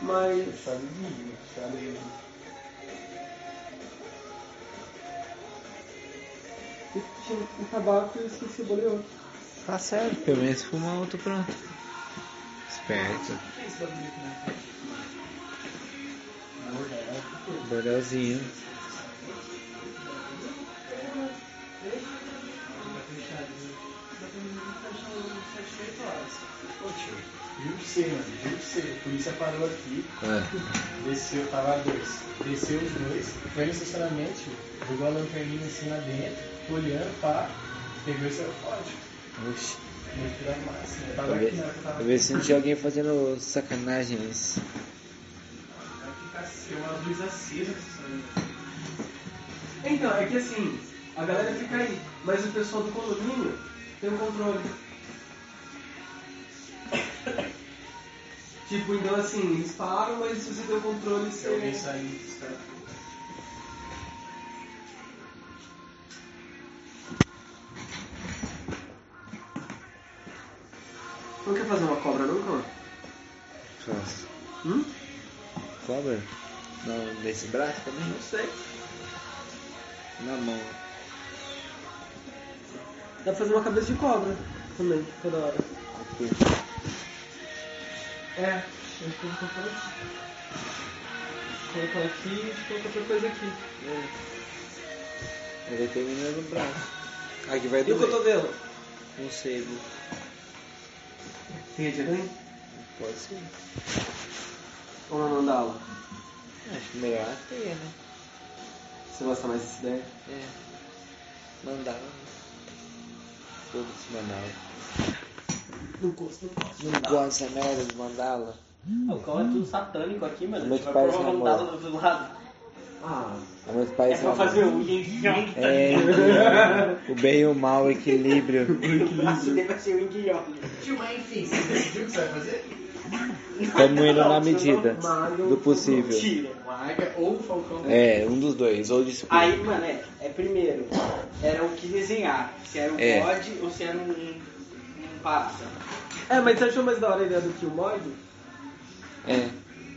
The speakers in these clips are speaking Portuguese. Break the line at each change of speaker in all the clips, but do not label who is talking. mas.
Sabe de sabe
Eu tinha um tabaco e eu esqueci o boleão.
Tá certo, pelo menos fuma outro pronto. Esperto.
é esse bagulho aqui na frente?
Bordelzinho.
Vai fechar de- vai fechar de 7, 8 horas.
Pô, tio, juro pra você, mano, juro pra você. A polícia parou aqui,
Ah,
desceu, tava dois. Desceu os dois, foi no estacionamento, tio, jogou a lanterninha assim lá dentro, olhando, pá, pegou e saiu fora, tio.
oxi.
Muito da massa, né? Tava aqui, né? Tava
Talvez se não tinha alguém fazendo sacanagens.
Vai ficar assim, uma luz acesa com isso aí. Então, é que assim, a galera fica aí, mas o pessoal do condomínio tem o controle. tipo, então assim, eles param, mas se você tem o controle,
Se alguém
você.
sair, os caras.
Não quer fazer uma cobra, não, Cão?
Nossa.
Hum?
Cobra? Não, nesse braço também?
Não sei.
Na mão.
Dá pra fazer uma cabeça de cobra também, toda hora.
Aqui.
É, eu vou colocar aqui. Colocar aqui e colocar outra coisa aqui.
Eu vou terminar no braço. Aqui vai
E o
doer.
cotovelo?
Não sei, viu?
Teia de aranha?
pode ser.
Ou uma mandala?
Acho melhor a teia, né?
Você gosta mais dessa ideia?
É. Mandar. Todo semanal.
Não gosto, não gosto.
Não gosto dessa merda de mandala.
O cão é tudo satânico aqui, mano.
Mas
A gente vai pôr
parece
uma
namoro.
mandala do outro lado.
Ah,
É meus
É
pais
pra fazer o yin yang, tá
É,
ligado?
o bem e o mal, o equilíbrio.
Assim deve ser o yin yang.
tio, mas enfim.
Viu o que você vai fazer?
Estamos indo
Não,
na
não,
medida
Mario
do possível.
Tira.
Larga ou o Falcão.
É, um dos dois, ou de escudo.
Aí, mano, é, é primeiro, era o que desenhar, se era um
É.
bode ou se era um, um pássaro.
É, mas você achou mais da hora a ideia do que o mod?
É,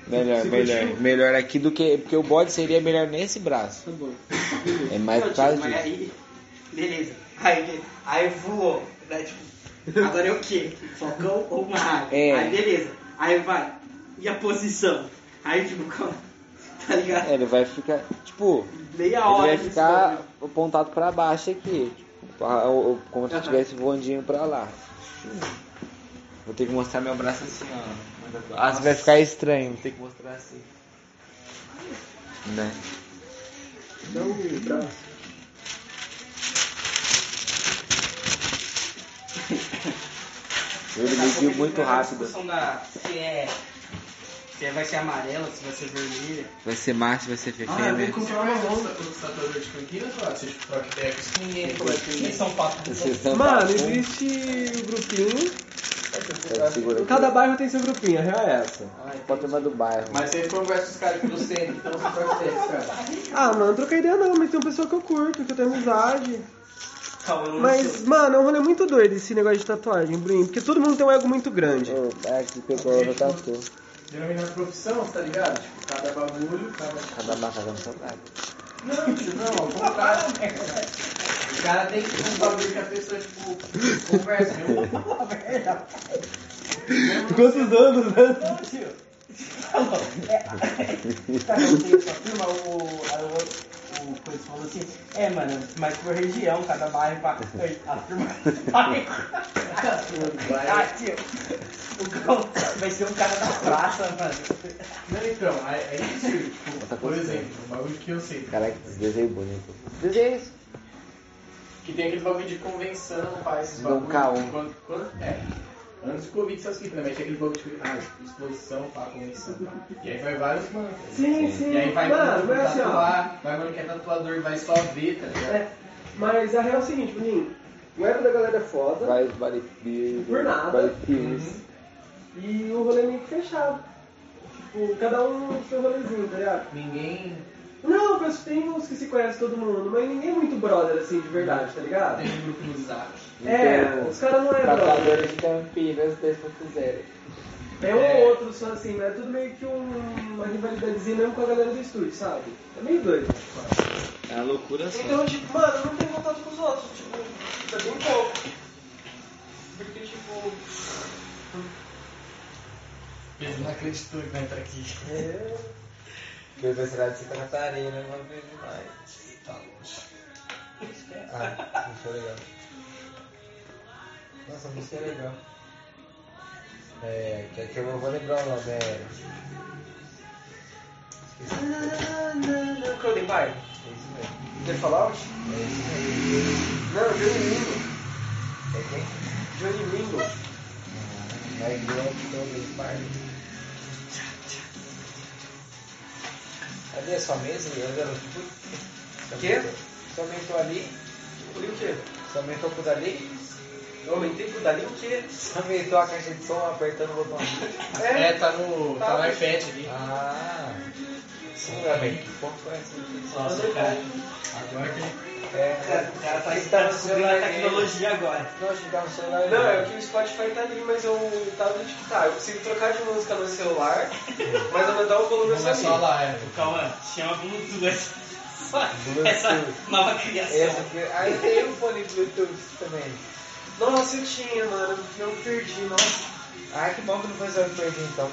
melhor,
Se
melhor.
curtiu?
Melhor aqui do que. Porque o bode seria melhor nesse braço.
Tá bom.
É mais
Não,
por
tipo,
causa
mas
disso.
aí, beleza. Aí, aí voou, né, tipo, agora é o quê? Falcão ou uma águia?
É.
Aí, beleza. Aí vai, e a posição? Aí, tipo, calma, tá ligado?
É, ele vai ficar. Tipo,
Meia
ele
hora.
vai
disso,
ficar
né?
apontado pra baixo aqui. tipo, a- o- o- Como se
Aham.
estivesse voandinho pra lá. Vou ter que mostrar meu braço assim, ó. Ah, você vai ficar estranho. Vou ter que
Ah,
mostrar assim. Né?
Dá
Então,
um
tá.
braço.
Ele mediu
Daqui a pouco ele
muito
entra na
rápido.
discussão da- se é... Se é- vai ser amarela, se vai ser vermelha.
Vai ser macho, vai ser né?
Ah, eu
fêmea.
vou comprar uma mão com o tatuador de Campinas lá. Vocês trocam ideia com os clientes, com
Quem são patos?
Vocês são
Mano,
papum?
existe o grupinho.
É, segura aqui.
Cada bairro tem seu grupinho, a real é essa.
Pode tomar do bairro.
Mas sempre
um
conversa com os caras que você entra, então você troca ideia com os caras.
Ah, mano, não troca ideia não, mas tem um pessoal que eu curto, que eu tenho amizade.
Calma, eu não
Mas, mano, é um rolê muito doido esse negócio de tatuagem, Bruninho, porque todo mundo tem um ego muito grande.
Ô, é aqui pegou no tatu.
Geralmente na profissão, tá ligado? Tipo, cada bagulho, cada.
Cada é um macaca no seu lado.
Não, tio, não, ao contrário. O cara tem que ter um bagulho que a pessoa, tipo, conversa. Né?
Quantos anos, né?
Não, tio. Falou. É, tá, eu tenho sua turma, o, a- o, o coisa falou assim, é, mano, mas por região, cada bairro, pá, Aí, a turma vai. Ah, tio, o cão vai ser um cara da praça, mano.
Não, então, é, é isso, tipo, por exemplo, um bagulho que eu sei.
Caraca, esse desenho é bonito.
é
Desenho isso.
Que tem aquele bagulho de convenção, faz esses
Não,
bagulhos.
caô.
Quando, quando, é. Antes do Covid, essas fitas, né? Mas tinha aquele bagulho de ah, exposição, pá, convenção. pá. E aí vai vários manos.
Sim, sim.
E aí vai
mano, mas assim, ó.
tatuar, vai mano que é tatuador, vai só ver, tá ligado?
É, mas a real é o seguinte, Bruninho, o ego da galera é foda
Vários baripires.
Por nada. Uhum.
Baripires.
e o rolê é meio que fechado. Tipo, cada um no seu rolezinho, tá ligado?
Ninguém
Não, mas tem uns que se conhece todo mundo, mas ninguém é muito brother assim de verdade, tá ligado?
tem um grupo no zap.
Tá
É, os caras não é brother.
de Campinas, 2.0.
É um
É.
ou outro
produção assim, mas é tudo meio que um- uma rivalidadezinha mesmo com a galera do estúdio, sabe? É meio doido.
né?
É uma loucura só.
Então, tipo, mano, eu não tenho contato com os outros, tipo, é bem pouco. Porque, tipo,
Ele não acreditou que vai entrar aqui.
Universidade de Santa Catarina, eu não vejo mais. Tá longe. Ah, não foi legal. Nossa, a música é legal. É, que, que eu não vou lembrar o nome, é...
Golden Bar.
É isso mesmo.
The Fallout?
É isso mesmo.
Não, Johnny Mingo.
É quem?
Johnny Mingo.
Ah, é Glock Golden Bar.
é
Cadê a sua mesa? Eu tudo.
Quê?
Só aumentou ali,
E o quê?
só aumentou por ali,
Eu aumentei pro Dali o quê?
só aumentou a caixa de som apertando o botão.
É,
tá no,
tá no
iPad ali.
Ah, sim, meu amigo. Que porra foi essa?
Nossa, cara.
Agora que ele
É,
O cara tá
Ele tá no
descobrindo
celular
a tecnologia agora.
não, te dá um celular.
Não, é que o Spotify tá ali, mas eu tava que tá. Eu consigo trocar de música no celular, mas aumentar o volume
não é só
só
lá, é.
O Cauã, chama Bluetooth essa, essa nova
Essa
criação.
aqui, aí eu tenho um fone Bluetooth também.
Nossa, eu tinha, mano. Eu perdi, nossa.
Ah, que bom que não foi só eu que perdi então.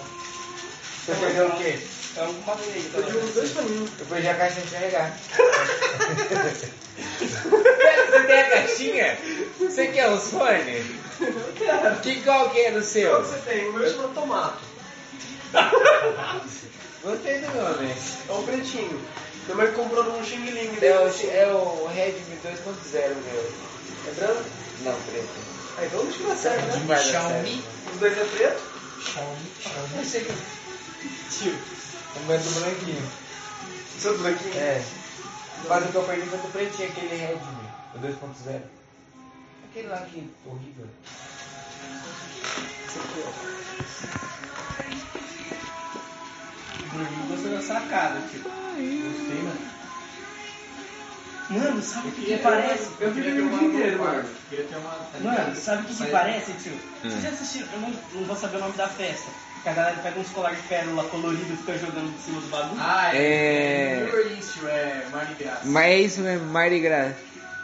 Você perdeu o quê?
É alguma coisa aí,
Eu perdi uns dois paninhos.
Eu perdi a caixinha de carregar.
Você tem a caixinha? Você quer os fones? Que qual que era o seu?
Qual que você tem? O meu chama Tomato.
Gostei do nome.
É um pretinho. Meu mãe comprou num Xing Ling.
É
um
dela, assim.
o, é o Redmi 2.0 meu.
É branco?
Não, preto.
Ah, então não tira certo, né?
Mas é
Um Xiaomi?
sério.
Os dois é preto?
Eu achei que. Tio, o meu é do branquinho.
Seu branquinho.
É. Mas o que eu perdi foi do pretinho, aquele Redmi, o 2.0. Aquele lá que horrível.
O Bruninho gostou da sacada, tipo. tio.
Gostei, mano.
Mano, sabe o que, que
ter
parece?
uma-
eu queria
ter
o
uma
dia inteiro,
Lopar.
mano.
Queria ter uma.
Mano, sabe o que, que
Mas-
parece, tio?
Hum.
Vocês já assistiram? Eu não, não vou saber o nome da festa. Que a galera pega uns colar de pérola colorido e fica jogando de cima do bagulho.
Ah,
É.
é. New Oriental, é Mardi Gras.
Mas é isso mesmo, Mardi Gras.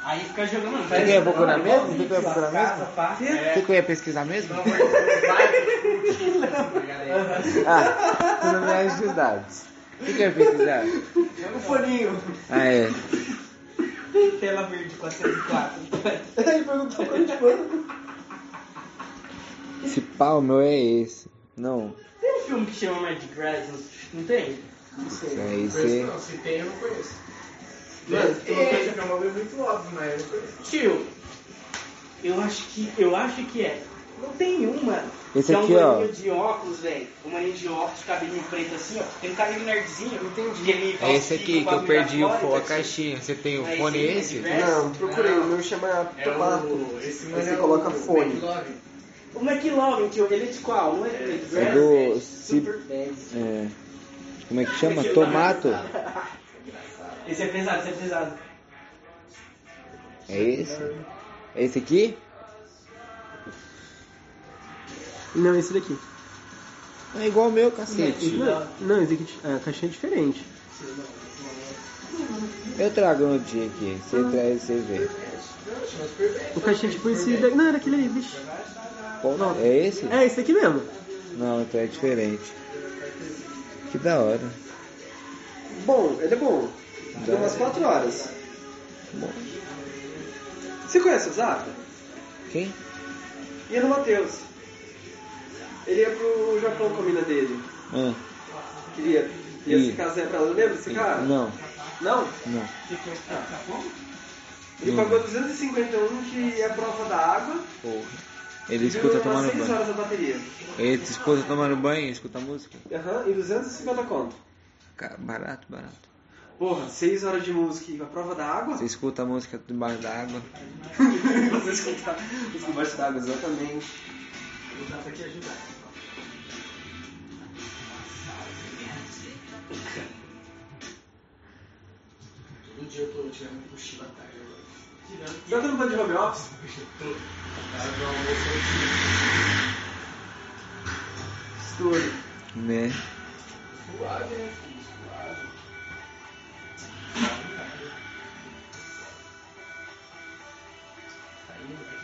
Aí fica jogando, mano.
Você quer procurar mesmo? Você quer procurar mesmo?
mesmo?
É,
Você que eu ia pesquisar mesmo?
Não, mas vai, vai, galera.
Ah, tu não me ajudado. O que, que eu ia pesquisar?
É um foninho.
Ah, é.
Tela um verde 404.
Ele perguntou pra onde foi.
Esse pau meu é esse. Não,
Tem um filme que chama Mad Grass, não, não tem?
isso aí
Conheço
você.
não, se tem eu não conheço.
Mano,
Tem, é, é um bagulho muito óbvio, mas eu não conheço.
Tio, eu acho que, eu acho que é. Não tem uma.
Esse
que
aqui,
é um
ó.
maninho de óculos, velho. Um maninho de óculos, cabelinho preto assim, ó. Tem um carinho nerdzinho, não tem dinheiro.
É esse aqui que eu perdi
tá
o fo- a caixinha. Você tem o
É
fone esse?
esse aí, Mad Grass?
Não, procurei. O meu chama
É
Tomato.
o. Esse
Aí
mano
tá você
é o
coloca fone.
McLovin.
O McLaren, tio, ele é de qual? Não é Mad Grass?
do-
velho?
se-
Super Bass.
É. Como é que chama? Tomato?
Esse é pesado, esse é pesado.
É esse? É esse aqui?
Não, esse daqui.
É igual o meu, cacete.
Não, não, esse aqui é a caixinha é diferente.
Eu trago no dia aqui. Você traz e você vê.
O caixinha é tipo esse daqui. Não, era aquele aí, bicho.
Qual o nome? É esse?
É, esse daqui mesmo.
Não, então é diferente. Que da hora.
Bom, ele é bom. Deu umas 4 horas. Você conhece o Zap?
Quem?
Ia no Matheus. Ele ia pro Japão com a mina dele.
Ah,
Queria. Ia
Ih.
se casar pra ela. Lembra desse cara?
não,
Não?
não.
Ele
Hum.
pagou 251, que é a prova da água.
Porra. Ele
Deu
escuta
umas
tomando
seis
banho.
horas a bateria.
Ele escuta tomando banho, ele escuta música.
Aham, e 250 conto.
Cara, barato, barato.
Porra, 6 horas de música e a prova da água?
Você escuta a música debaixo da água.
Você escutar os debaixo d'água, exatamente.
Um dia eu tô tirando um cochilo à tarde agora.
Já que não tá de home office?
Mas eu vou almoçar aqui.
Estouro.
Né?
Suave, né, filho? Suave. Suave, cara. Saindo, velho.